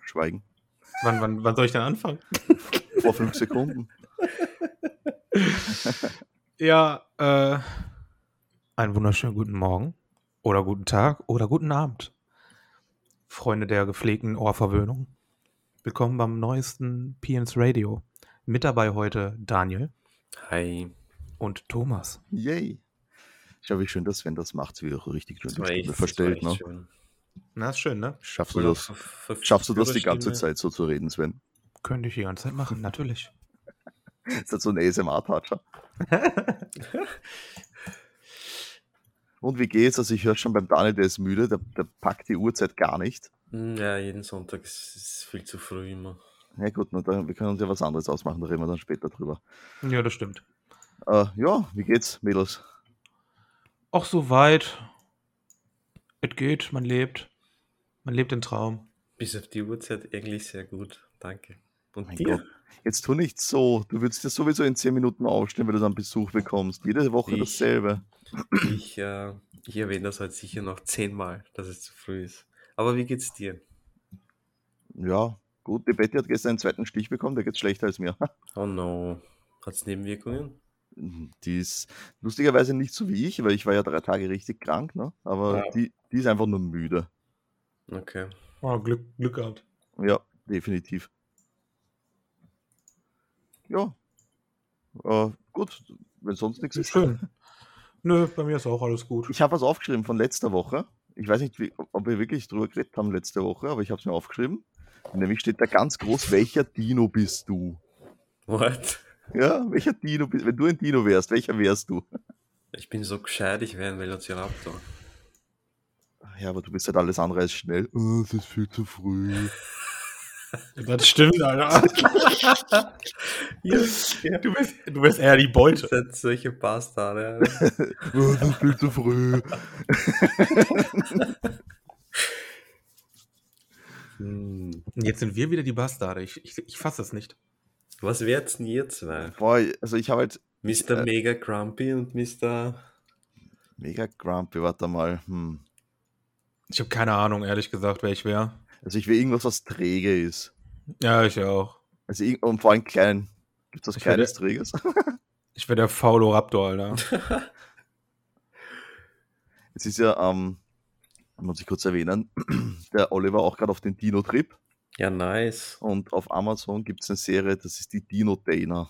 Schweigen. Wann, wann, wann soll ich dann anfangen? Vor fünf Sekunden. Ja, äh, einen wunderschönen guten Morgen oder guten Tag oder guten Abend, Freunde der gepflegten Ohrverwöhnung. Willkommen beim neuesten PNs Radio. Mit dabei heute Daniel Hi. und Thomas. Yay. Schau, wie schön das, wenn das macht, sie wieder richtig schön Das die war echt- Stimme das verstellt. war Ne? echt schön. Na, ist schön, ne? Schaffst du Voll das? auf ver- ver- Schaffst du das die ganze Führerstimme. Zeit so zu reden, Sven? Könnte ich die ganze Zeit machen, natürlich. Ist das so ein ASMR-Toucher? Und wie geht's? Also ich höre schon beim Daniel, der ist müde, der, der packt die Uhrzeit gar nicht. Hm, Ja, jeden Sonntag ist ist viel zu früh immer. Na gut, na, dann, wir können uns ja was anderes ausmachen, da reden wir dann später drüber. ja, das stimmt. Äh, ja, wie geht's, Mädels? Auch soweit. Es geht, man lebt. Man lebt den Traum. Bis auf die Uhrzeit eigentlich sehr gut. Danke. Und Mein dir? Gott. Jetzt tu nicht so. Du würdest ja sowieso in 10 Minuten aufstehen, wenn du dann Besuch bekommst. Jede Woche Ich- dasselbe. Ich, äh, ich erwähne das heute sicher noch zehnmal, dass es zu früh ist. Aber wie geht's dir? Ja, gut, die Betty hat gestern einen zweiten Stich bekommen, der geht schlechter als mir. Oh no. Hat's Nebenwirkungen? Mhm, Die ist lustigerweise nicht so wie ich, weil ich war ja drei Tage richtig krank, ne? Aber Ja. die, die ist einfach nur müde. Okay. Oh, Glück, Glück gehabt. Ja, definitiv. Ja. Äh, gut, wenn sonst nichts ist. Schön. Nö, bei mir ist auch alles gut. Ich habe was aufgeschrieben von letzter Woche. Ich weiß nicht, wie, ob wir wirklich drüber geredet haben letzte Woche, aber ich habe es mir aufgeschrieben. Nämlich steht da ganz groß, welcher Dino bist du? What? Ja, welcher Dino bist Wenn du ein Dino wärst, welcher wärst du? Ich bin so gescheit, ich wäre ein Velociraptor. Ja, aber du bist halt alles andere als schnell. Oh, es ist viel zu früh. Das stimmt, Alter. Du bist, du bist eher die Ihr Beute. seid solche Bastarde. Oh, es ist viel zu früh. Hm. Jetzt sind wir wieder die Bastarde. Ich, ich, ich fasse das nicht. Was wärt's denn ihr zwei? Boah, also ich habe halt Mr. Äh. Mega Grumpy und Mr. mega grumpy, warte mal. Hm. Ich habe keine Ahnung, ehrlich gesagt, wer ich wäre. Also ich will irgendwas, was träge ist. Ja, ich auch. Also irg- und vor allem klein. Gibt es was Ich würde- Kleines, Träges? Ich wäre der Fauloraptor, Alter. Es ist ja, ähm, muss ich kurz erwähnen, der Oliver auch gerade auf den Dino-Trip. Ja, nice. Und auf Amazon gibt es eine Serie, das ist die Dino Dana.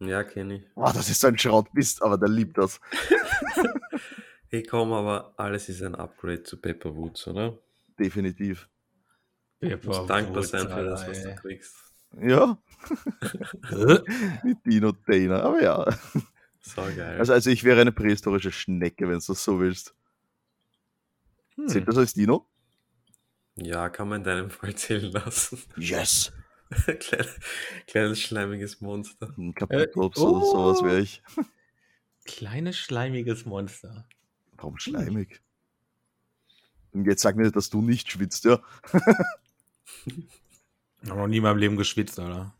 Ja, kenne ich. Boah, das ist so ein Schrautmist, aber der liebt das. Hey, komm, aber alles ist ein Upgrade zu Pepper Woods, oder? Definitiv. Du musst dankbar sein für das, was du kriegst. Ja, du die Dino Dana, aber ja. So geil. Also, also ich wäre eine prähistorische Schnecke, wenn du das so willst. Hm. Hm. Zählt das als Dino? ja, kann man in deinem Fall zählen lassen. Yes. Klein, kleines schleimiges Monster. Ein Äh, Kaputtlops oh. oder sowas wäre ich. Kleines, schleimiges Monster. Hm. Warum schleimig? Und jetzt sag mir, dass du nicht schwitzt, ja? Ich habe noch nie in meinem Leben geschwitzt, Alter.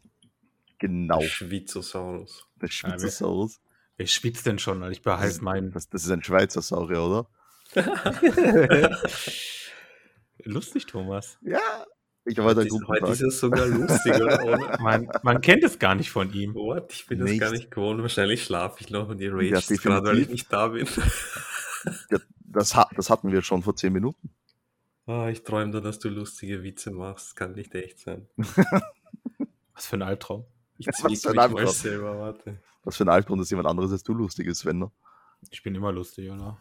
Genau, Schwitzosaurus. der Schwitzosaurus. Wer schwitzt denn schon, Alter? Ich behalte meinen. Das, das ist ein Schweizer Saurier, oder? Lustig, Thomas. Ja. Ich habe heute einen Dies- guten Heute Tag. ist es sogar lustig, oder? Ohne Man, man kennt es gar nicht von ihm. What? Ich bin das gar Nicht. nicht gewohnt. Wahrscheinlich schlafe ich noch und ihr rage Ja, gerade, weil ich definitiv. nicht da bin. Ja, das, ha- das hatten wir schon vor zehn Minuten. Ah, ich träume da, dass du lustige Witze machst. Kann nicht echt sein. Was für ein Albtraum. Ich Was zwick für ein mich mal Albtraum. selber, warte. Was für ein Albtraum, dass jemand anderes als du lustig ist, Sven. Ne? Ich bin immer lustig, Alter.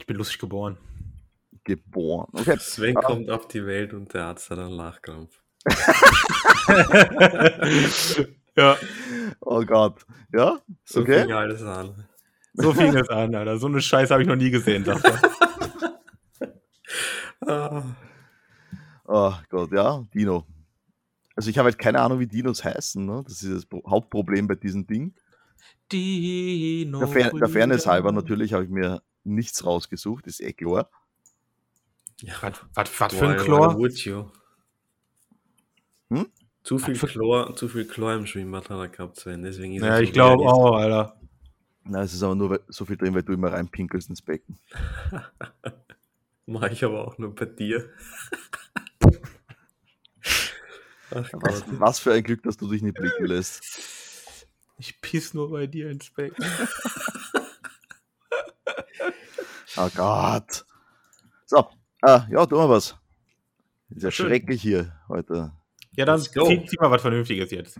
Ich bin lustig geboren. Geboren. Okay. Sven Ah. kommt auf die Welt und der Arzt hat einen Lachkrampf. ja, Oh Gott. Ja? So Okay. fing alles an. so fing das an, Alter. So eine Scheiße habe ich noch nie gesehen. Sagt er. Ah. Oh Gott, ja. Dino. Also ich habe halt keine Ahnung, wie Dinos heißen. Ne? Das ist das Pro- Hauptproblem bei diesem Ding. Dino. Der, Fer der Fairness halber natürlich habe ich mir nichts rausgesucht, ist eh klar. Ja, Was, was, was für why- ein why Chlor? would you? Hm? Zu viel für- Chlor, zu viel Chlor im Schwimmbad hat er gehabt, Sven. Deswegen ist er Ja, so ich glaube wie er ist. auch, Alter. Na, es ist aber nur weil- so viel drin, weil du immer reinpinkelst ins Becken. Mach ich aber auch nur bei dir. Ach Was, Gott. was für ein Glück, dass du dich nicht blicken lässt. Ich piss nur bei dir ins Becken. Oh Gott. So, ah, ja, tun wir was. Ist ja Schön. schrecklich hier heute. Ja, dann Let's go. zieh, zieh mal was Vernünftiges jetzt.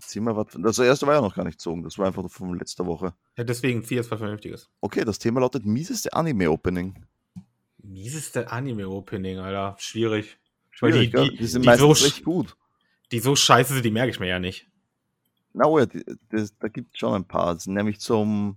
Zieh mal was. Das erste war ja noch gar nicht gezogen. Das war einfach von letzter Woche. Ja, deswegen zieh jetzt was Vernünftiges. Okay, das Thema lautet mieseste Anime-Opening. Mieseste Anime-Opening, Alter. Schwierig. Weil Schwierig, die- gell? die- die sind die meistens so sch- recht gut. Die so scheiße sind, die merke ich mir ja nicht. Na oh ja, die, das, da gibt es schon ein paar. Das ist Nämlich zum,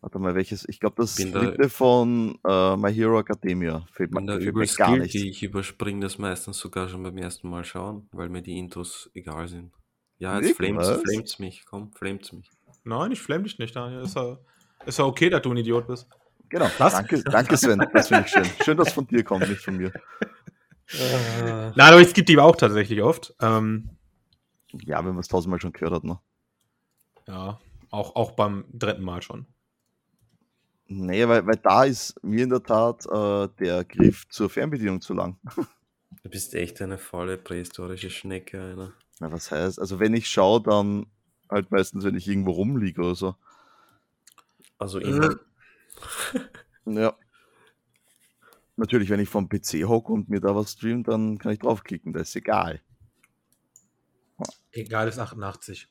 warte mal, welches? Ich glaube, das Bin da- dritte von äh, My Hero Academia fehlt, Ich bin da mir- fehlt übel mir gar skilled, nicht. ich überspringe das meistens sogar schon beim ersten Mal schauen, weil mir die Intros egal sind. Ja, Wirklich? jetzt flames, Was? flames mich, komm, flames mich. Nein, ich flemm dich nicht, Daniel. Ist ja, ist ja okay, dass du ein Idiot bist. Genau. Was? Danke, danke, Sven. Das finde ich schön. Schön, dass von dir kommt, nicht von mir. Ah. Nein, aber ich skippe die auch tatsächlich oft. Ähm, Ja, wenn man es tausendmal schon gehört hat, ne? ja, auch, auch beim dritten Mal schon. Nee, weil, weil da ist mir in der Tat äh, der Griff zur Fernbedienung zu lang. Du bist echt eine faule prähistorische Schnecke, einer. Na, was heißt? Also, wenn ich schaue, dann halt meistens, wenn ich irgendwo rumliege oder so. Also immer. Ja. Natürlich, wenn ich vom PC hocke und mir da was stream, dann kann ich draufklicken, das ist egal. Egal ist 88.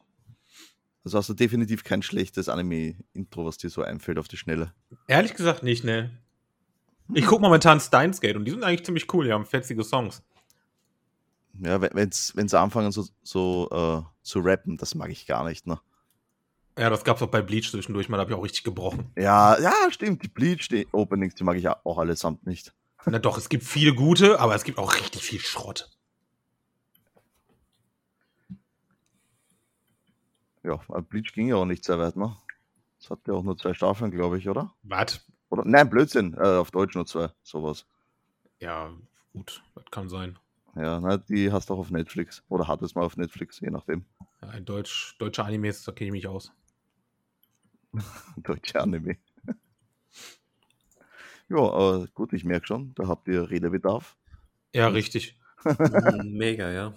Also hast du definitiv kein schlechtes Anime-Intro, was dir so einfällt auf die Schnelle. Ehrlich gesagt nicht, ne. Ich gucke momentan Steins Gate und die sind eigentlich ziemlich cool. Die haben fetzige Songs. Ja, wenn- wenn's, wenn sie anfangen so, so äh, zu rappen, das mag ich gar nicht. Ne? Ja, das gab's auch bei Bleach zwischendurch mal. Da habe ich auch richtig gebrochen. Ja, ja, stimmt, die Bleach-Openings, die mag ich ja auch allesamt nicht. Na doch, es gibt viele gute, aber es gibt auch richtig viel Schrott. Ja, aber Bleach ging ja auch nicht sehr weit, ne? Es hat ja auch nur zwei Staffeln, glaube ich, oder? Was? Oder? Nein, Blödsinn, äh, auf Deutsch nur zwei, sowas. Ja, gut, das kann sein. Ja, ne, die hast du auch auf Netflix. Oder hattest mal auf Netflix, je nachdem. Ja, ein Deutsch, deutscher Anime ist, da kenne ich mich aus. Deutsche Anime. ja, äh, gut, ich merke schon, da habt ihr Redebedarf. Ja, richtig. Mega, ja.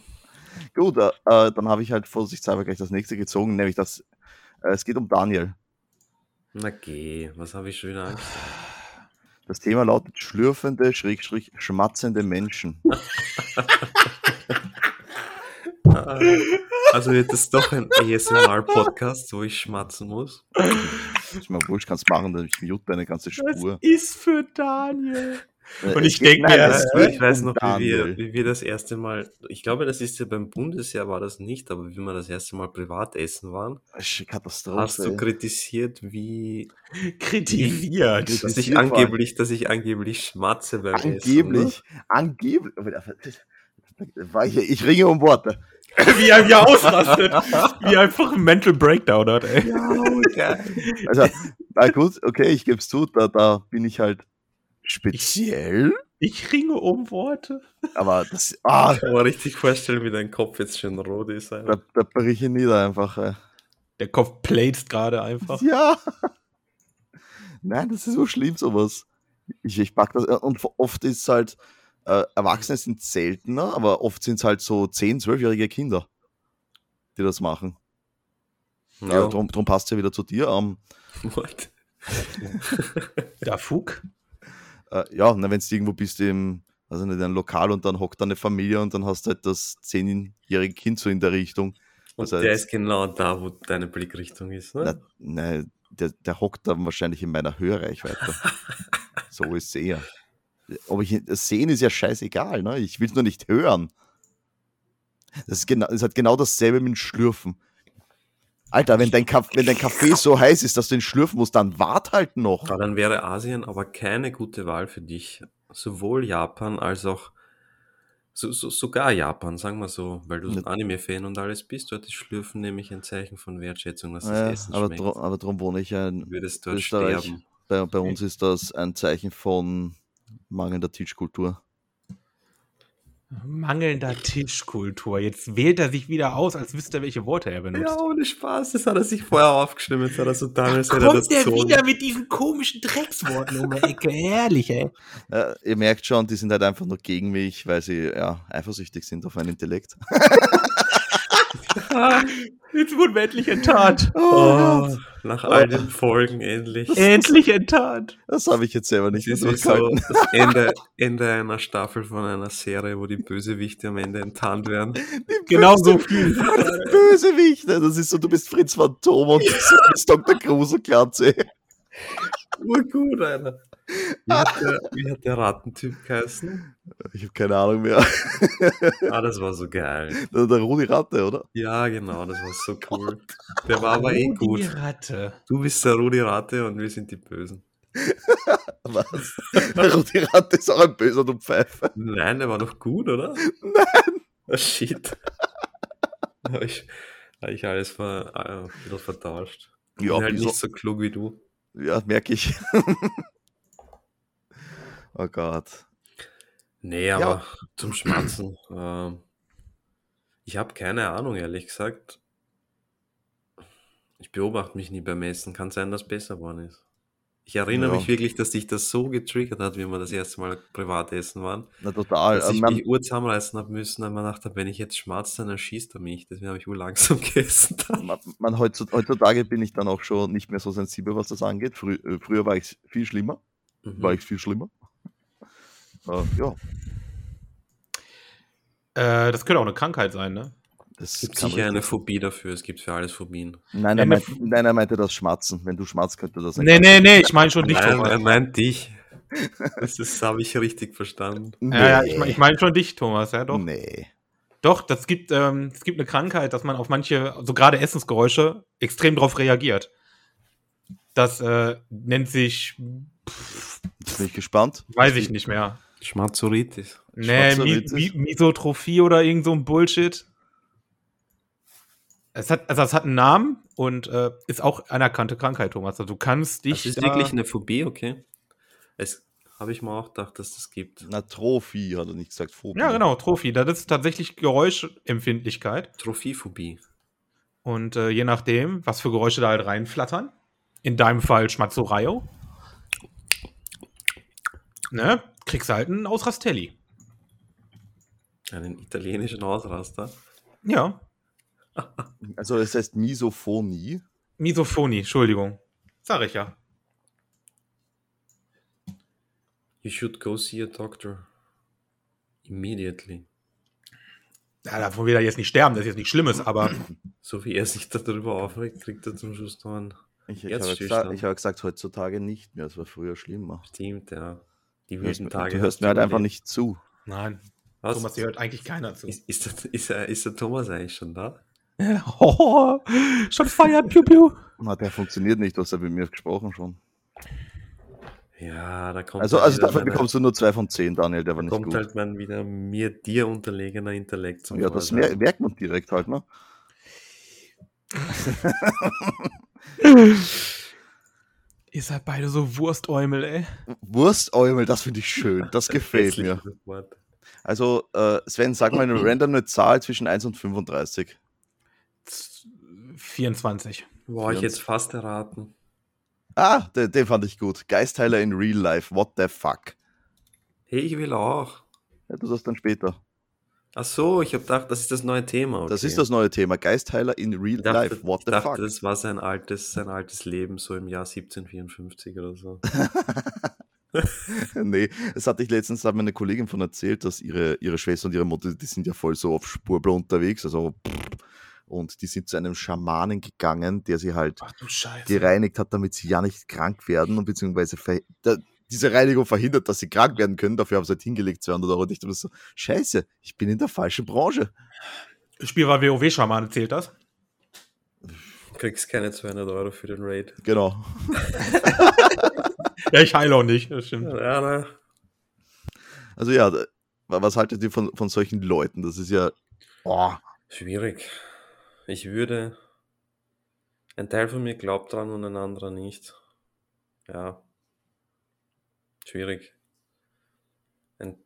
Gut, äh, äh, dann habe ich halt vorsichtshalber gleich das nächste gezogen, nämlich das, äh, es geht um Daniel. Na geh, was habe ich schon wieder Angst? Das Thema lautet schlürfende, schrägstrich, schmatzende Menschen. Ah, Also wird es doch ein ASMR-Podcast, wo ich schmatzen muss. Ist mir wurscht, kannst machen, denn ich mute deine ganze Spur. ist für Daniel. Äh, Und es ich geht- denk nein, mir, es Ja, geht ich weiß um noch, wie wir, Daniel. wie wir das erste Mal, ich glaube, das ist ja beim Bundesjahr war das nicht, aber wie wir das erste Mal privat essen waren, Sch- Katastrophe. hast du ey. kritisiert, wie, Kritisiert. dass Kritisiert ich war ich. angeblich, dass ich angeblich schmatze beim Essen. ne? Angeblich, oh, angeblich. War ich, ich ringe um Worte. Wie er hier ausrastet. Wie einfach ein Mental Breakdown hat, ey. oh, Angeblich. Also, na gut, okay, ich gebe es zu, da, da bin ich halt speziell, Ich ringe um Worte. aber das, ah, Ich kann mir richtig vorstellen, wie dein Kopf jetzt schon rot ist. da, Alter. da brich ich nieder einfach. Äh. Der Kopf plates gerade einfach. Ja. Nein, das ist so schlimm, sowas. Ich, ich pack das. äh, Und oft ist halt, äh, Erwachsene sind seltener, aber oft sind es halt so 10-, 12-jährige Kinder, die das machen. Ja. Drum, drum passt ja wieder zu dir. Ähm, What? Da Fug. äh, ja, wenn du irgendwo bist im, also nicht in einem Lokal und dann hockt da eine Familie und dann hast du halt das 10-jährige Kind so in der Richtung. Und Das heißt- der ist genau da, wo deine Blickrichtung ist. Ne? Also Na, nein, der, der hockt dann wahrscheinlich in meiner Hörreichweite. so ist es eher. Ob ich das sehen ist ja scheißegal, ne? Ich will es nur nicht hören. Das ist genau, es hat genau dasselbe mit dem Schlürfen. Alter, wenn dein, Kaff, wenn dein Kaffee so heiß ist, dass du ihn schlürfen musst, dann wart halt noch. Ja, dann wäre Asien aber keine gute Wahl für dich. Sowohl Japan als auch so, so, sogar Japan, sagen wir so, weil du so ein Anime-Fan und alles bist. Dort ist Schlürfen nämlich ein Zeichen von Wertschätzung, dass das Ja, Essen aber, schmeckt. drum, aber drum wohne ich ja Du in würdest dort Österreich. sterben. Bei, bei uns ist das ein Zeichen von mangelnder Tischkultur. Mangelnder Tischkultur. Jetzt wählt er sich wieder aus, als wüsste er, welche Worte er benutzt. Ja, ohne Spaß. Das hat er sich vorher aufgeschrieben. Jetzt hat er so Ach, dann, als hätte er das kommt der gezogen. wieder mit diesen komischen Drecksworten um die Ecke. Herrlich, ey. Ja, Äh, ihr merkt schon, die sind halt einfach nur gegen mich, weil sie ja, eifersüchtig sind auf meinen Intellekt. Ah, Jetzt wurden wir endlich enttarnt. Oh, nach all den Folgen endlich. endlich enttarnt. Das habe ich jetzt selber nicht Das mehr ist so durchgehalten. das Ende, Ende einer Staffel von einer Serie, wo die Bösewichte am Ende enttarnt werden. Genau so viel. Bösewichte, ne, das ist so, du bist Fritz Phantom und du bist Dr. Kruse Glatze. Oh, Urgut, Alter. Wie hat der, wie hat der Rattentyp geheißen? Ich habe keine Ahnung mehr. Ah, das war so geil. Der, der Rudi Ratte, oder? Ja, genau, das war so Oh cool. Der war aber eh Oh, Die gut. Ratte. Du bist der Rudi Ratte und wir sind die Bösen. Was? Der Rudi Ratte ist auch ein böser Du Pfeife. Nein, der war doch gut, oder? Nein. Shit. Habe ich, hab ich alles ver, äh, ein bisschen vertauscht. Ja, Bin halt wieso? nicht so klug wie du. Ja, merke ich. oh Gott. Nee, aber zum Schmerzen. ähm, ich habe keine Ahnung, ehrlich gesagt. Ich beobachte mich nie beim Essen. Kann sein, dass besser geworden ist. Ich erinnere Ja. mich wirklich, dass dich das so getriggert hat, wie wir das erste Mal privat essen waren. Na total. Dass Also ich Man- mich Uhr zusammenreißen habe müssen, weil man dachte, wenn ich jetzt schmerzt, dann erschießt er mich. Deswegen habe ich wohl langsam gegessen. man, man heutzut- heutzutage bin ich dann auch schon nicht mehr so sensibel, was das angeht. Frü äh, früher war ich viel schlimmer. Mhm. War ich viel schlimmer. Äh, ja, Äh, das könnte auch eine Krankheit sein, ne? das Es gibt kann sicher man- eine Phobie dafür. Es gibt für alles Phobien. Nein, er eine meint, F- nein, er meinte das Schmatzen. Wenn du schmatzt, könnte das Nee, nee, nee, ich meine schon dich. Nein, er Thomas. meint dich. Das, das habe ich richtig verstanden. Ja, ja, ich meine ich mein schon dich, Thomas, ja doch. Hm. Nee. Doch, das gibt, ähm, es gibt eine Krankheit, dass man auf manche, so gerade Essensgeräusche, extrem drauf reagiert. Das äh, nennt sich, pff, Jetzt bin ich gespannt. weiß ich nicht mehr. Schmatzuritis. Nee, Schwarzer Mi Witz Mi ist- Misotrophie oder irgend so ein Bullshit. Es hat, also es hat einen Namen und äh, ist auch anerkannte Krankheit, Thomas. Also du kannst dich. Das ist da- wirklich eine Phobie, okay? Es habe ich mir auch gedacht, dass das gibt. Na, Trophy hat er nicht gesagt. Phobie. ja, genau, Trophy. Das ist tatsächlich Geräuschempfindlichkeit. Trophiephobie. Und äh, je nachdem, was für Geräusche da halt reinflattern. In deinem Fall Schmatzorayo. Ne? Kriegst du halt einen Ausrastelli. Einen italienischen Ausraster. Ja. Also, es heißt Misophonie. Misophonie, Entschuldigung. Sag ich ja. You should go see a doctor. Immediately. ja davon will er jetzt nicht sterben, das ist jetzt nichts Schlimmes, aber So wie er sich darüber aufregt, kriegt er zum Schluss noch einen. Ich, ich, Jetzt habe, stehst gesagt, du. ich habe gesagt, heutzutage nicht mehr. Es war früher schlimmer. Stimmt, ja. Die Du hörst, wilden mir- Tage. du hörst mir halt einfach nicht zu. nein. Was? Thomas, hier hört eigentlich keiner zu. Ist, ist, der, ist, der, ist der Thomas eigentlich schon da? Oh, schon feiert, piu piu. Na, der funktioniert nicht. Du hast ja mit mir gesprochen schon. Ja, da kommt Also, halt also wieder dafür meine- bekommst du nur zwei von zehn, Daniel. Der war nicht kommt gut. halt mein wieder mir dir unterlegener Intellekt zum ja, das Vorschein. mer merkt man direkt halt, ne? Ihr seid beide so Wurstäumel, ey. Wurstäumel, das finde ich schön. Das gefällt Hässlich, mir. dieses Wort. Also, äh, Sven, sag mal eine random Zahl zwischen 1 und 35. Z- 24. Boah, ich Vierundzwanzig. jetzt fast erraten. Ah, den, den fand ich gut. Geistheiler in Real Life. What the fuck? Hey, ich will auch. Ja, du sagst dann später. Ach so, ich habe gedacht, das ist das neue Thema. Das okay. ist das neue Thema. Geistheiler in Real Ich dachte, Life. What ich the dachte fuck? das war sein altes, sein altes Leben, so im Jahr 1754 oder so. nee, das hatte ich letztens, hat meine Kollegin von erzählt, dass ihre, ihre Schwester und ihre Mutter, die sind ja voll so auf Spurbler unterwegs. Also, pff. und die sind zu einem Schamanen gegangen, der sie halt Ach du Scheiße. gereinigt hat, damit sie ja nicht krank werden und beziehungsweise verhi- da, diese Reinigung verhindert, dass sie krank werden können. Dafür haben sie halt hingelegt 200 Euro. Und ich dachte mir so, scheiße, ich bin in der falschen Branche. Das Spiel war WoW-Schamane, zählt das? Du kriegst keine 200 Euro für den Raid. Genau. Ja, ich heile auch nicht, das stimmt. Ja, na. Also ja, da- wa- was haltet ihr von, von solchen Leuten? Das ist ja, oh, Schwierig. Ich würde. Ein Teil von mir glaubt dran und ein anderer nicht. Ja. Schwierig. Ein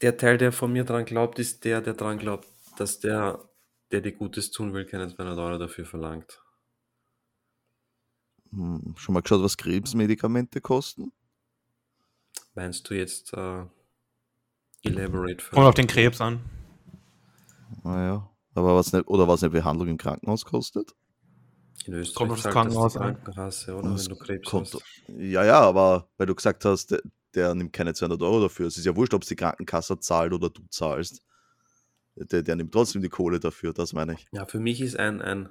der Teil, der von mir dran glaubt, ist der, der dran glaubt, dass der, der dir Gutes tun will, keine 200 Euro dafür verlangt. Hm, schon mal geschaut, was Krebsmedikamente kosten? Meinst du jetzt äh, elaborate Kommt auf den Krebs an. Naja, aber was nicht, oder was eine Behandlung im Krankenhaus kostet? In Österreich Kommt auf das zahlt Krankenhaus die an. Krankenkasse, oder? Das Wenn du Krebs kommt- hast. Ja, ja, aber weil du gesagt hast, der, der nimmt keine 200 Euro dafür. Es ist ja wurscht, ob es die Krankenkasse zahlt oder du zahlst. Der, der nimmt trotzdem die Kohle dafür, das meine ich. Ja, für mich ist ein, ein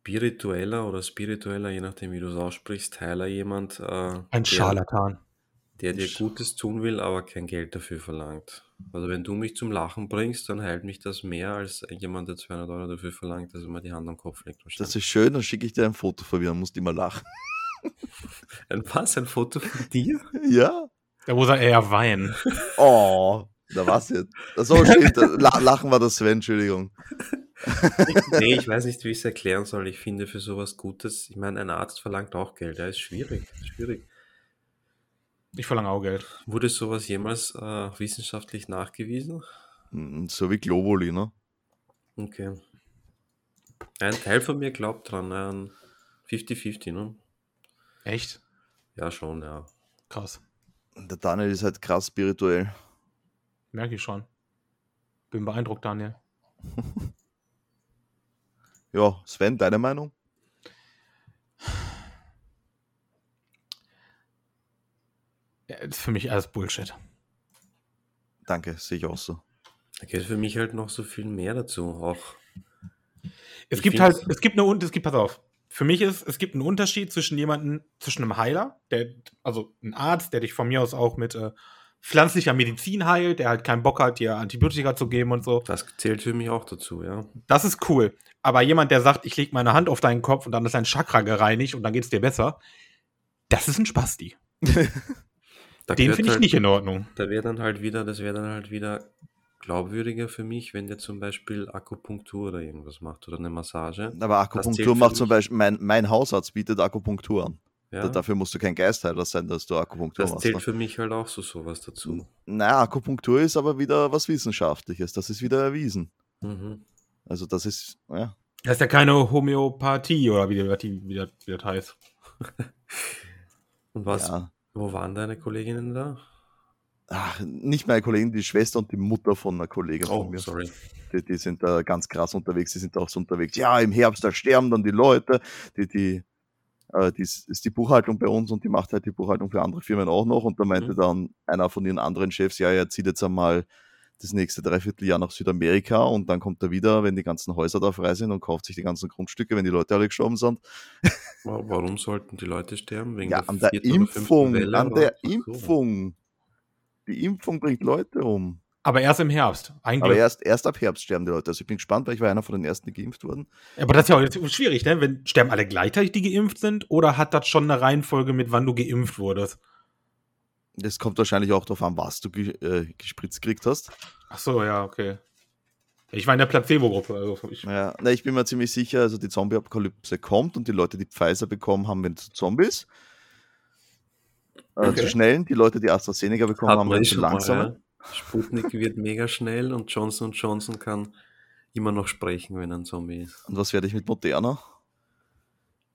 spiritueller oder spiritueller, je nachdem wie du es aussprichst, Heiler jemand, äh, Ein der, Scharlatan. der dir Gutes tun will, aber kein Geld dafür verlangt. Also wenn du mich zum Lachen bringst, dann heilt mich das mehr als jemand, der 200 Euro dafür verlangt, dass er mir die Hand am Kopf legt. Das wahrscheinlich. ist schön, dann schicke ich dir ein Foto von mir, dann musst du immer lachen. Ein was? Ein Foto von dir? Ja? Da muss er eher weinen. Oh, da war's jetzt. So, steht, la, lachen war das Sven, Entschuldigung. nee, ich weiß nicht, wie ich es erklären soll. Ich finde für sowas Gutes, ich meine, ein Arzt verlangt auch Geld. Ja, ist schwierig, ist schwierig. Ich verlange auch Geld. Wurde sowas jemals äh, wissenschaftlich nachgewiesen? Hm, So wie Globuli, ne? Okay. Ein Teil von mir glaubt dran, an 50-50, ne? Echt? Ja, schon, ja. Krass. Der Daniel ist halt krass spirituell. Merke ich schon. Bin beeindruckt, Daniel. Ja, Sven, deine Meinung? Ja, ist für mich alles Bullshit. Danke, sehe ich auch so. Da geht für mich halt noch so viel mehr dazu. Auch Es Ich gibt halt, find's- es gibt eine, Un- es gibt, pass auf. Für mich ist, es gibt einen Unterschied zwischen jemandem, zwischen einem Heiler, der, also ein Arzt, der dich von mir aus auch mit äh, pflanzlicher Medizin heilt, der halt keinen Bock hat, dir Antibiotika zu geben und so. das zählt für mich auch dazu, ja. Das ist cool. Aber jemand, der sagt, ich lege meine Hand auf deinen Kopf und dann ist dein Chakra gereinigt und dann geht es dir besser, das ist ein Spasti. Da Den gehört finde ich halt, nicht in Ordnung. Da wäre dann halt wieder, das wäre dann halt wieder glaubwürdiger für mich, wenn der zum Beispiel Akupunktur oder irgendwas macht oder eine Massage. Aber Das zählt für Akupunktur macht zum mich. Beispiel, mein, mein Hausarzt bietet Akupunktur an. Ja, Dafür musst du kein Geistheiler sein, dass du Akupunktur das machst. zählt ne? für mich halt auch so sowas dazu. Naja, Akupunktur ist aber wieder was Wissenschaftliches. Das ist wieder erwiesen. Mhm. Also, das ist, ja. Das ist ja keine Homöopathie oder wie, das- wie, das- wie das heißt. Und was, ja. wo waren deine Kolleginnen da? Ach, nicht meine Kollegin, die Schwester und die Mutter von einer Kollegin von mir. Oh, sorry. Die, die sind da ganz krass unterwegs. Die sind auch so unterwegs. Ja, im Herbst, da sterben dann die Leute. Die, die, äh, die ist, ist die Buchhaltung bei uns und die macht halt die Buchhaltung für andere Firmen auch noch. Und da meinte Mhm. dann einer von ihren anderen Chefs, ja, er zieht jetzt einmal das nächste Dreivierteljahr nach Südamerika und dann kommt er wieder, wenn die ganzen Häuser da frei sind und kauft sich die ganzen Grundstücke, wenn die Leute alle gestorben sind. Wa- Warum sollten die Leute sterben? Wegen Ja, an der vierten oder fünften Impfung, Welle, an oder? der Ach so. Impfung. Die Impfung bringt Leute um. Aber erst im Herbst. Ein Aber Glück. erst, erst ab Herbst sterben die Leute. Also ich bin gespannt, weil ich war einer von den ersten, die geimpft wurden. Aber das ist ja auch jetzt schwierig, ne? Wenn sterben alle gleichzeitig, die geimpft sind, oder hat das schon eine Reihenfolge mit, wann du geimpft wurdest? Das kommt wahrscheinlich auch darauf an, was du ge äh, gespritzt gekriegt hast. Ach so, ja, okay. Ich war in der Placebo-Gruppe. Also ich, Ja, na, ich bin mir ziemlich sicher, also die Zombie-Apokalypse kommt und die Leute, die Pfizer bekommen haben, wenn zu Zombies. Äh, Okay. Zu schnellen. Die Leute, die AstraZeneca bekommen Hat haben, halt man werden eh zu schon mal, langsamen. ja. Sputnik wird mega schnell und Johnson Johnson kann immer noch sprechen, wenn er ein Zombie ist. Und was werde ich mit Moderna?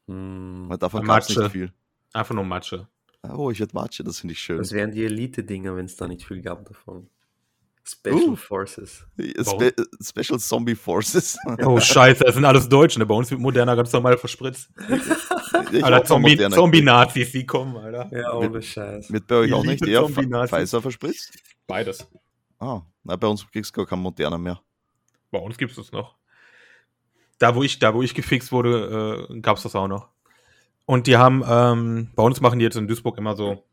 Hm. Weil davon Ein gab es Matsche. nicht viel. einfach nur Matsche. Oh, ich werde Matsche, das finde ich schön. Das wären die Elite-Dinger, wenn es da nicht viel gab davon. Special Uh. Forces. Spe äh, Special Zombie Forces. Oh, scheiße, das sind alles Deutsche. Ne? Bei uns wird Moderna ganz normal verspritzt. Ich Alter, hoffe, Zombie- Moderna- Zombie-Nazis, die kommen, Alter. Ja, ohne Scheiß. Wird bei euch Die auch nicht lieben eher Fa- Zombie-Nazis. Pfizer verspritzt? Beides. Ah, na, bei uns kriegst du gar kein Moderner mehr. Bei uns gibt es das noch. Da, wo ich, da, wo ich gefixt wurde, äh, gab es das auch noch. Und die haben, ähm, bei uns machen die jetzt in Duisburg immer so,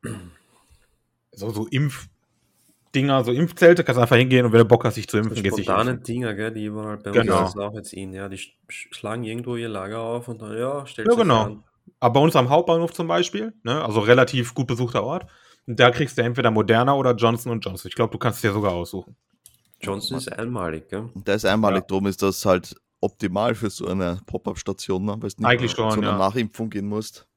so, so Impfdinger, so Impfzelte, kannst einfach hingehen und wenn du Bock hast, dich zu impfen, gehst du dich Spontane impfen. Dinger, gell, die überall bei Genau. uns das auch jetzt in, ja, die sch sch- schlagen irgendwo ihr Lager auf und dann, ja, stellt Ja, sich genau. an. Aber bei uns am Hauptbahnhof zum Beispiel, ne, also relativ gut besuchter Ort, und da kriegst du entweder Moderna oder Johnson Johnson. Ich glaube, du kannst es dir sogar aussuchen. Johnson ist einmalig, gell? Und da ist einmalig, drum ist das halt optimal für so eine Pop-Up-Station, ne? weil du nicht Eigentlich zu schon, einer ja. Nachimpfung gehen musst.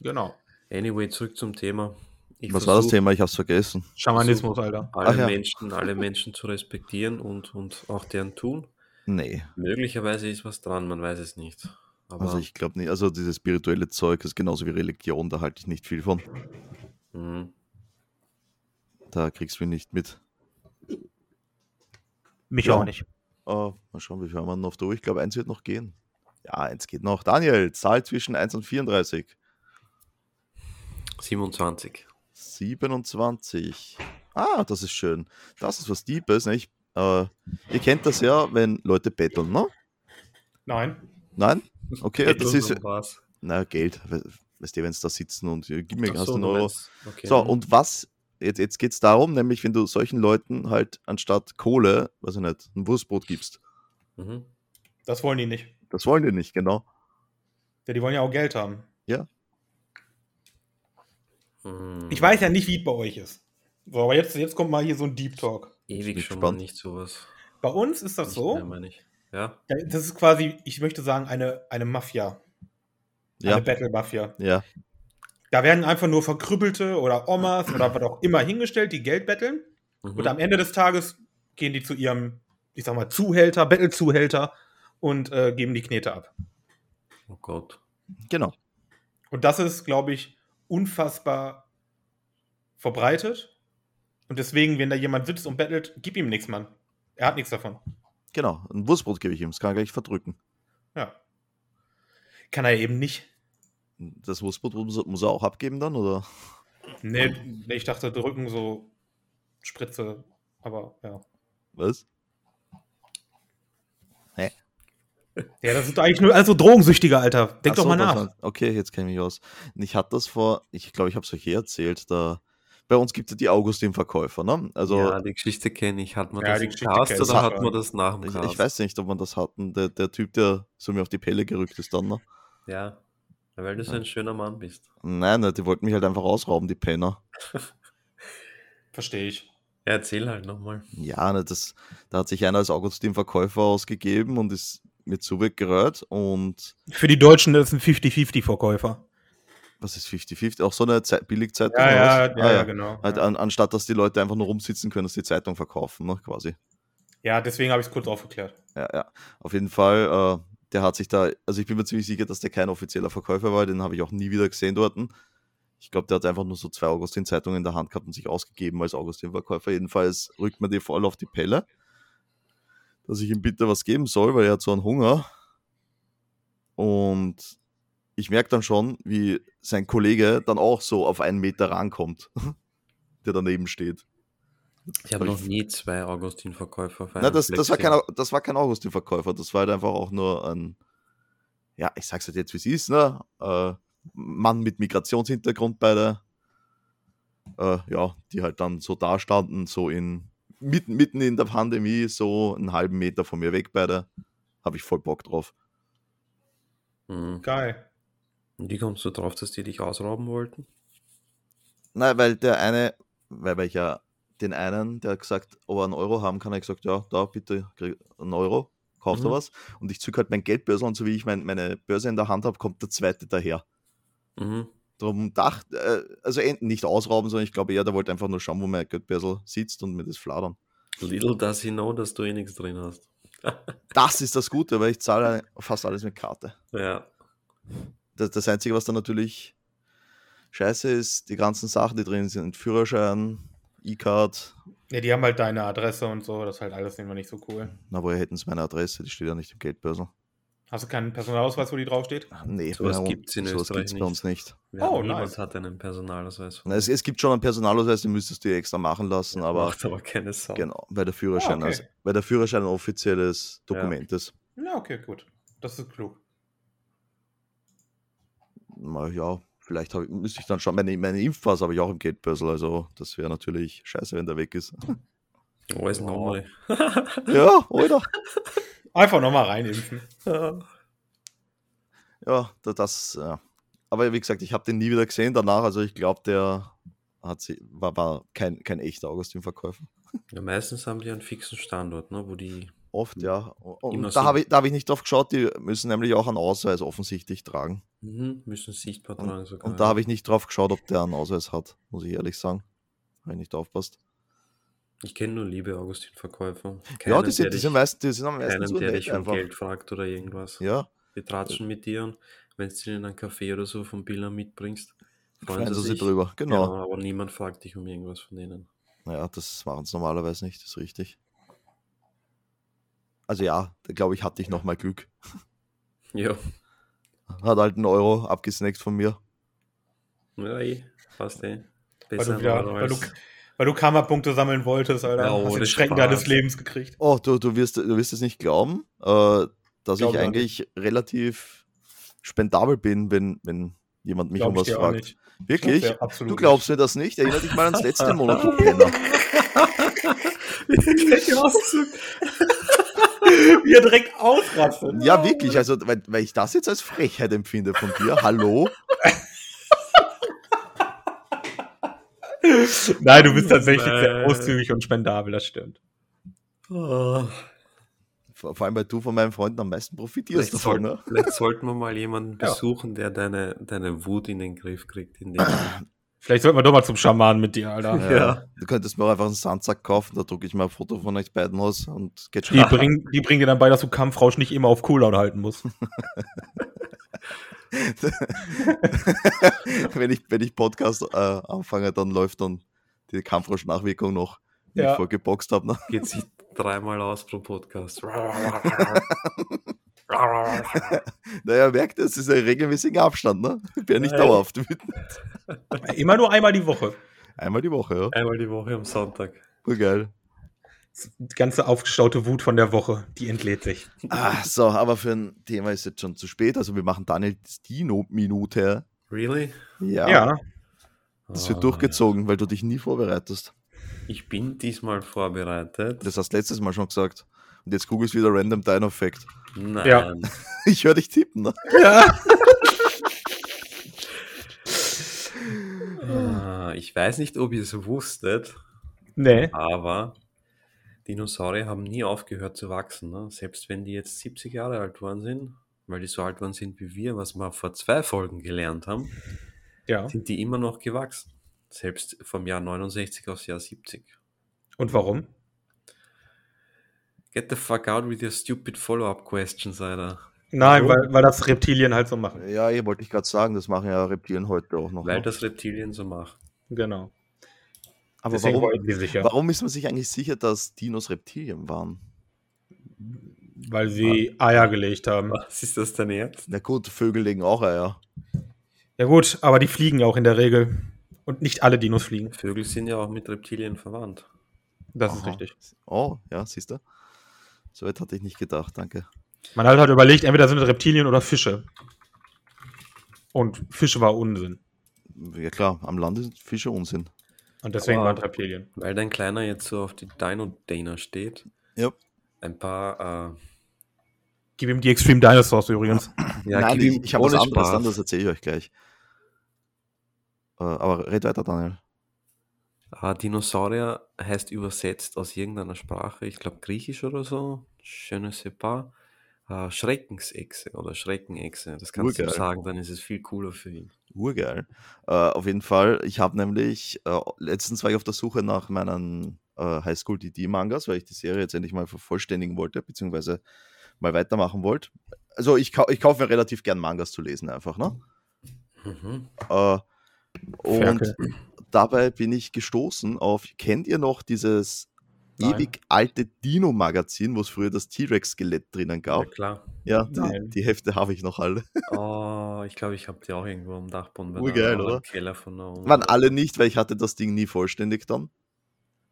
Genau. Anyway, zurück zum Thema. Ich Was war das versuch, Thema? Ich hab's vergessen. Schamanismus, Alter. Alle, Ach ja. Menschen, alle Menschen zu respektieren und, und auch deren tun. Nee, Möglicherweise ist was dran, man weiß es nicht. Aber also ich glaube nicht. Also dieses spirituelle Zeug ist genauso wie Religion, da halte ich nicht viel von. mh, Da kriegst du mich nicht mit. Mich Ja. auch nicht. Oh, mal schauen, wie viel haben wir noch durch? Ich glaube, eins wird noch gehen. Ja, eins geht noch. Daniel, Zahl zwischen 1 und 34. 27. 27. Ah, das ist schön. Das ist was Deepes, nicht? Äh, ihr kennt das ja, wenn Leute betteln, ne? Nein. Nein? Okay, das ist. was. Na, Geld. We- Weißt du, wenn sie da sitzen und äh, gib mir Ach hast so, du einen du Euro. meinst- okay. So, und was? Jetzt, jetzt geht es darum, nämlich, wenn du solchen Leuten halt anstatt Kohle, weiß ich nicht, ein Wurstbrot gibst. Mhm. Das wollen die nicht. Das wollen die nicht, genau. Ja, die wollen ja auch Geld haben. Mhm. Ich weiß ja nicht, wie es bei euch ist. So, aber jetzt, jetzt kommt mal hier so ein Deep Talk. Ich bin Ewig schon mal gespannt. nicht sowas. Bei uns ist das Nicht so. mehr, meine ich. Ja. Ja, Das ist quasi, ich möchte sagen, eine, eine Mafia. Ja, Eine Battle-Mafia. ja, Da werden einfach nur Verkrüppelte oder Omas oder was auch immer hingestellt, die Geld betteln. Mhm. Und am Ende des Tages gehen die zu ihrem, ich sag mal, Zuhälter, Battle-Zuhälter und äh, geben die Knete ab. Oh Gott. genau. Und das ist, glaube ich, unfassbar verbreitet. Und deswegen, wenn da jemand sitzt und bettelt, gib ihm nichts, Mann. Er hat nichts davon. Genau, ein Wurstbrot gebe ich ihm, das kann er gleich verdrücken. Ja. Kann er eben nicht. Das Wurstbrot muss er- muss er auch abgeben dann, oder? Nee, nee, ich dachte, drücken so Spritze. Aber ja. Was? Ja, das sind eigentlich nur also Drogensüchtige, Alter. Denk Ach doch so, mal das nach. war- okay, jetzt kenne ich mich aus. Und Ich hatte das vor, ich glaube, ich habe es euch eh erzählt, da bei uns gibt es die Augustin-Verkäufer, ne? Also ja, die Geschichte kenne ich. Hat man Ja, das die im Geschichte Cast kenn ich. oder hat man das nach dem ich, Cast? ich weiß nicht, ob man das hatten. Der, der Typ, der so mir auf die Pelle gerückt ist dann, ne? Ja. Weil du so ein schöner Mann bist. Nein, ne, die wollten mich halt einfach ausrauben, die Penner. Verstehe ich. Ja, erzähl halt nochmal. Ja, ne, das, da hat sich einer als Augustin-Verkäufer ausgegeben und ist mir zuweggerührt und Für die Deutschen ist ein 50-50-Verkäufer. was ist 50-50? Auch so eine Zeit, Billigzeitung? Ja, oder ja, was? ja, Ah, ja, genau. Halt ja. an, anstatt dass die Leute einfach nur rumsitzen können, dass die Zeitung verkaufen, ne, quasi. ja, deswegen habe ich es kurz aufgeklärt. Ja, ja. Auf jeden Fall, äh, der hat sich da, also ich bin mir ziemlich sicher, dass der kein offizieller Verkäufer war, den habe ich auch nie wieder gesehen dort. Ich glaube, der hat einfach nur so zwei Augustin-Zeitungen in der Hand gehabt und sich ausgegeben als Augustin-Verkäufer. Jedenfalls rückt mir die voll auf die Pelle, dass ich ihm bitte was geben soll, weil er hat so einen Hunger. Und ich merke dann schon, wie sein Kollege dann auch so auf einen Meter rankommt, der daneben steht. Ich habe noch nie zwei Augustin-Verkäufer auf Na, einem das, Fleck das, war kein, gesehen. Au- das war kein Augustin-Verkäufer, das war halt einfach auch nur ein, ja, ich sag's halt jetzt, wie es ist, ne? Äh, Mann mit Migrationshintergrund beide. Äh, ja, die halt dann so da standen, so in, mitten, mitten in der Pandemie, so einen halben Meter von mir weg beide. Habe ich voll Bock drauf. Mhm. Geil. Und Wie kommst du drauf, dass die dich ausrauben wollten? Nein, weil der eine, weil weil ich ja den einen, der hat gesagt, ob er einen Euro haben kann, hat gesagt, ja, da bitte krieg einen Euro, kauft er Mhm. was. Und ich zücke halt mein Geldbörse und so wie ich mein, meine Börse in der Hand habe, kommt der zweite daher. Mhm. Drum dachte, äh, also en- nicht ausrauben, sondern ich glaube eher, der wollte einfach nur schauen, wo mein Geldbörsel sitzt und mir das fladern. Little does he know, dass du eh nichts drin hast. Das ist das Gute, weil ich zahle fast alles mit Karte. Ja. Das, das Einzige, was dann natürlich scheiße ist, die ganzen Sachen, die drin sind, Führerschein, E-Card, Ja, die haben halt deine Adresse und so. Das ist halt alles immer nicht so cool. na woher hätten sie meine Adresse, die steht ja nicht im Geldbörsel. Hast du keinen Personalausweis, wo die draufsteht? Ah, Nee, Sowas bei- gibt's in sowas Österreich gibt's bei nicht. uns nicht. Ja, Oh, niemand nice. hat einen Personalausweis. Na, Es, es gibt schon einen Personalausweis, den müsstest du dir extra machen lassen, aber Macht aber keine Sau. genau, weil der Führerschein, Ah, okay. also, weil der Führerschein ein offizielles Dokument ist. Na, okay, gut. Das ist klug. Na ja, vielleicht hab ich, müsste ich dann schon. Meine, meine Impfpass habe ich auch im Geldbörsel, also das wäre natürlich scheiße, wenn der weg ist. Oh, ist Wow. normal. ja, oder? Einfach nochmal reinimpfen. Ja, da- das. Ja. Aber wie gesagt, ich habe den nie wieder gesehen danach, also ich glaube, der hat sie, war, war kein, kein echter Augustin-Verkäufer. Ja, meistens haben die einen fixen Standort, ne, wo die Oft, ja. Und Immer da so. habe ich, da hab ich nicht drauf geschaut, die müssen nämlich auch einen Ausweis offensichtlich tragen. Mhm, müssen sichtbar tragen sogar. Und da habe ich nicht drauf geschaut, ob der einen Ausweis hat, muss ich ehrlich sagen. Habe ich nicht aufpasst. ich kenne nur liebe Augustin-Verkäufer. ja, Keinen, die der sind, die dich- sind, meist, die sind am meisten Keinen, so der nett dich um einfach. Geld fragt oder irgendwas. Ja, Die tratschen mit dir und wenn du ihnen einen Kaffee oder so vom Billa mitbringst, freuen, freuen sie sich sich drüber. Genau. Ja, aber niemand fragt dich um irgendwas von denen. Naja, das machen sie normalerweise nicht, das ist richtig. Also ja, da glaube ich, hatte ich nochmal Glück. Ja, Hat halt einen Euro abgesnackt von mir. ja eh, passt eh. Weil Besser du, wieder, Euro weil, du, als- weil du Karma-Punkte sammeln wolltest, Alter. Ja, hast ohne den Schrecken Spaß. deines Lebens gekriegt. Oh, du, du, wirst, du wirst es nicht glauben, äh, dass Glaub ich ich auch eigentlich relativ spendabel bin, wenn, wenn jemand mich um was fragt. Wirklich? Ja, absolut Du glaubst mir das nicht? Erinnere dich mal ans letzte Monat, du Penner. gleich ausgesucht. Wie er direkt ausrastet. Ja, wirklich. Also, weil, weil ich das jetzt als Frechheit empfinde von dir. Hallo? Nein, du bist tatsächlich sehr Äh. ausgiebig und spendabel, das stimmt. Ah, Vor, vor allem, weil du von meinen Freunden am meisten profitierst vielleicht, davon, sollten, ne? vielleicht sollten wir mal jemanden Ja. besuchen, der deine, deine Wut in den Griff kriegt. In dem Vielleicht sollten wir doch mal zum Schamanen mit dir, Alter. Ja. Du könntest mir auch einfach einen Sandsack kaufen, da drucke ich mal ein Foto von euch beiden aus und geht schon. Die bringen, die bringen dir dann bei, dass du Kampfrausch nicht immer auf Cooldown halten musst. wenn, ich, wenn ich Podcast äh, anfange, dann läuft dann die Kampfrausch-Nachwirkung noch, die Ja. ich vorgeboxt habe. Ne? geht sich dreimal aus pro Podcast. Naja, merkt, es ist ein regelmäßiger Abstand, ne? Ich bin ja nicht Ja, ja. dauerhaft. immer nur einmal die Woche. Einmal die Woche, ja. Einmal die Woche am Sonntag. Voll geil. Die ganze aufgestaute Wut von der Woche, die entlädt sich. Ah, so, aber für ein Thema ist jetzt schon zu spät. Also wir machen Daniels Dino-Minute. Really? Ja. Das wird Ah, durchgezogen, weil du dich nie vorbereitest. Ich bin diesmal vorbereitet. Das hast du letztes Mal schon gesagt. Und jetzt googelst wieder Random Dino Fact. Nein. Ja. Ich höre dich tippen, ne? Ah, Ich weiß nicht, ob ihr es wusstet, Nee. aber Dinosaurier haben nie aufgehört zu wachsen. Ne? Selbst wenn die jetzt 70 Jahre alt worden sind, weil die so alt worden sind wie wir, was wir vor zwei Folgen gelernt haben, Ja. sind die immer noch gewachsen. Selbst vom Jahr 69 aufs Jahr 70. Und warum? Get the fuck out with your stupid follow-up questions, Alter. Nein, weil, weil das Reptilien halt so machen. Ja, ich wollte ich gerade sagen, das machen ja Reptilien heute auch noch. Weil ne? das Reptilien so macht. Genau. Aber Deswegen warum, wollten die sicher. warum ist man sich eigentlich sicher, dass Dinos Reptilien waren? Weil sie Eier gelegt haben. Was ist das denn jetzt? Na gut, Vögel legen auch Eier. Ja gut, aber die fliegen ja auch in der Regel. Und nicht alle Dinos fliegen. Vögel sind ja auch mit Reptilien verwandt. Das ist Aha. richtig. Oh, ja, siehst du? So weit hatte ich nicht gedacht, danke. Man hat halt überlegt, entweder sind es Reptilien oder Fische. Und Fische war Unsinn. Ja klar, am Land sind Fische Unsinn. Und deswegen Aber- waren es Reptilien. Weil dein Kleiner jetzt so auf die Dino-Dana steht, Ja. ein paar. Gib ihm die Extreme Dinosaurs übrigens. Äh, ja, Nein, gib ich, ihm ich habe was ohne anderes, Spaß. dann, das erzähle ich euch gleich. Äh, aber red weiter, Daniel. Ah, Dinosaurier heißt übersetzt aus irgendeiner Sprache, ich glaube Griechisch oder so. Je ne sais pas. Äh, Schreckensechse oder Schreckenechse. Das kannst du ihm Urgeil. sagen, dann ist es viel cooler für ihn. Urgeil. Äh, auf jeden Fall, ich habe nämlich, äh, letztens war ich auf der Suche nach meinen äh, Highschool DD-Mangas, weil ich die Serie jetzt endlich mal vervollständigen wollte, beziehungsweise mal weitermachen wollte. Also ich, kau ich kaufe mir relativ gern Mangas zu lesen einfach, ne? Mhm. Äh, und Ferkel. dabei bin ich gestoßen auf, kennt ihr noch dieses Nein. ewig alte Dino-Magazin, wo es früher das T-Rex-Skelett drinnen Ja, gab? klar. Ja, die, Nein. die Hefte habe ich noch alle. Oh, ich glaube, ich habe die auch irgendwo am Dachboden Urgeil, oder oder? im Keller von der Oma. Waren alle nicht, weil ich hatte das Ding nie vollständig dann.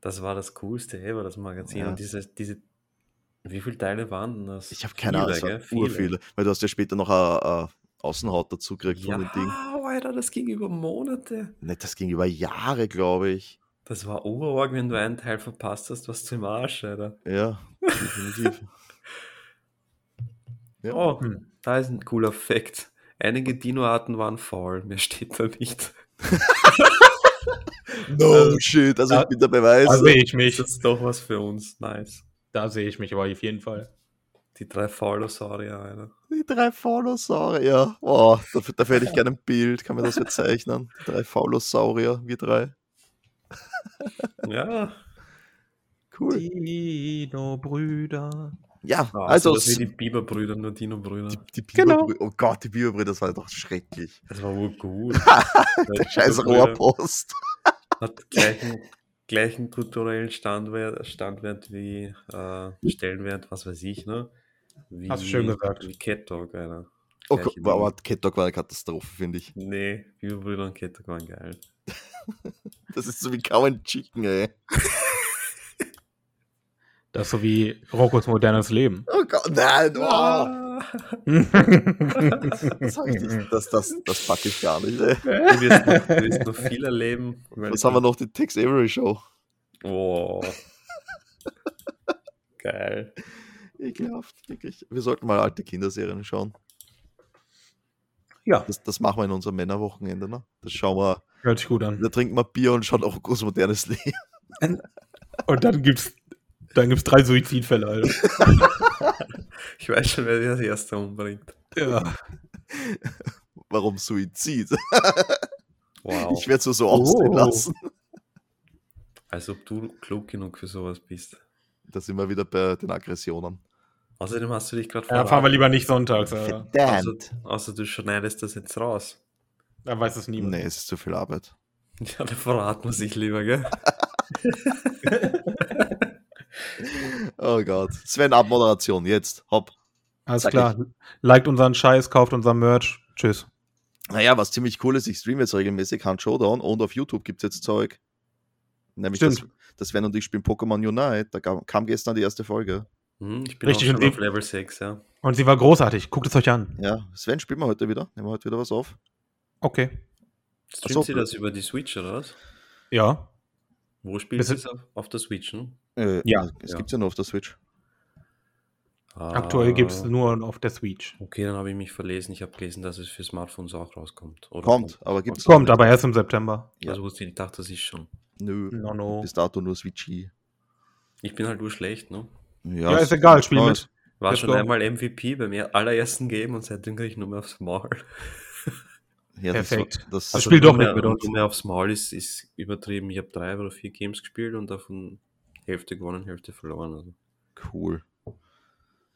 Das war das coolste ever, das Magazin. Ja. Und diese, diese, wie viele Teile waren denn das? Ich habe keine Ahnung, es Viele, waren gell? viele. viele. Weil du hast ja später noch eine, eine Außenhaut dazu gekriegt Ja, von dem Ding. Alter, das ging über Monate. Ne, das ging über Jahre, glaube ich. Das war Oberorg, wenn du einen Teil verpasst hast, was zum Arsch, Alter. Ja, definitiv. Ja. Oh, Hm. da ist ein cooler Fakt. Einige Dinoarten waren faul, mehr steht da nicht. No shit, also ich bin der Beweis. Da sehe ich mich. Also Das ist doch was für uns, nice. Da sehe ich mich aber auf jeden Fall. Die drei Faulosaurier, Alter. Die drei Faulosaurier. Boah, dafür, dafür hätte ich gerne ein Bild. Kann mir das jetzt zeichnen? Die drei Faulosaurier, wir drei. Ja. Cool. Dino-Brüder. Ja, Ah, also. das s- wie die Biberbrüder, nur Dino-Brüder. Die, die Genau. Biberbrü- Oh Gott, die Biberbrüder, das war doch schrecklich. Das war wohl gut. Der scheiß Rohrpost. Hat gleichen, gleichen kulturellen Standwert, Standwert wie äh, Stellenwert, was weiß ich, ne? Wie, Hast du schön gesagt. Wie Cat Dog, Alter. Oh, Gleiche Gott, aber Ding. Cat Dog war eine Katastrophe, finde ich. Nee, Biberbrüder und Cat Dog waren geil. Das ist so wie Cow Chicken, ey. Das ist so wie Rokkos modernes Leben. Oh Gott, nein, oh, Ah, das, hab ich nicht, Mm, das, das, das pack ich gar nicht, ey. Du wirst noch, du wirst noch viel erleben. Was haben wir noch? Die Tex Avery Show. Oh. Geil. Ekelhaft, wirklich. Wir sollten mal alte Kinderserien schauen. ja, Das, das machen wir in unserem Männerwochenende, ne? Das schauen wir. hört sich gut an. Da trinken wir Bier und schauen auch groß modernes Leben. Und dann gibt's, dann gibt's drei Suizidfälle, Alter. Ich weiß schon, wer sich als erster umbringt. Ja. Warum Suizid? Wow. Ich werde es so Oh. aussehen lassen. Als ob du klug genug für sowas bist. Da sind wir wieder bei den Aggressionen. Außerdem hast du dich gerade ja, fahren wir lieber nicht also, sonntags, Alter. Außer, außer du schneidest das jetzt raus. Da weiß es niemand. Nee, es ist zu viel Arbeit. Ja, da verraten wir sich lieber, gell? Oh Gott. Sven, Abmoderation, jetzt. Hopp. Alles Sag klar. Liked unseren Scheiß, kauft unser Merch. Tschüss. Naja, was ziemlich cool ist, ich streame jetzt regelmäßig Hand Showdown und auf YouTube gibt es jetzt Zeug. Nämlich, dass, Stimmt. dass Sven und ich spielen Pokémon Unite. Da kam, kam gestern die erste Folge. Hm, ich bin Richtig auch schon intensiv. auf Level 6, ja. Und sie war großartig. Guckt es euch an. Ja, Sven, spielen wir heute wieder. Nehmen wir heute wieder was auf. Okay. Streamt so. sie das über die Switch oder was? Ja. Wo spielt sie Bisschen- es auf, auf der Switch? Hm? Äh, Ja. Es Ja. gibt ja nur auf der Switch. Aktuell gibt es Ah, nur auf der Switch. Okay, dann habe ich mich verlesen. Ich habe gelesen, dass es für Smartphones auch rauskommt. Oder Kommt, aber gibt's Kommt aber erst im September. ja. Also wusste ich, ich dachte, das ist schon. Nö. No, no. Bis dato nur Switchy. Ich bin halt nur schlecht, ne? Ja, ist egal, spiel mit. War Let's schon go. einmal MVP beim er- allerersten Game und seitdem kriege ich nur mehr aufs Maul. Ja, das- Perfekt. Das, Also spiel doch nur mehr, mit mit uns. Nur mehr aufs Maul ist, ist übertrieben. Ich habe drei oder vier Games gespielt und davon Hälfte gewonnen, Hälfte verloren. Also. Cool.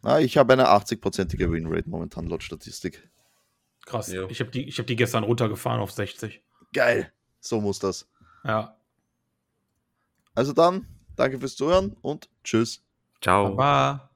Na, ich habe eine 80-prozentige Winrate momentan laut Statistik. Krass. Ja. Ich habe die, ich hab die gestern runtergefahren auf 60. Geil. So muss das. Ja. Also dann, danke fürs Zuhören und tschüss. Ciao. Baba.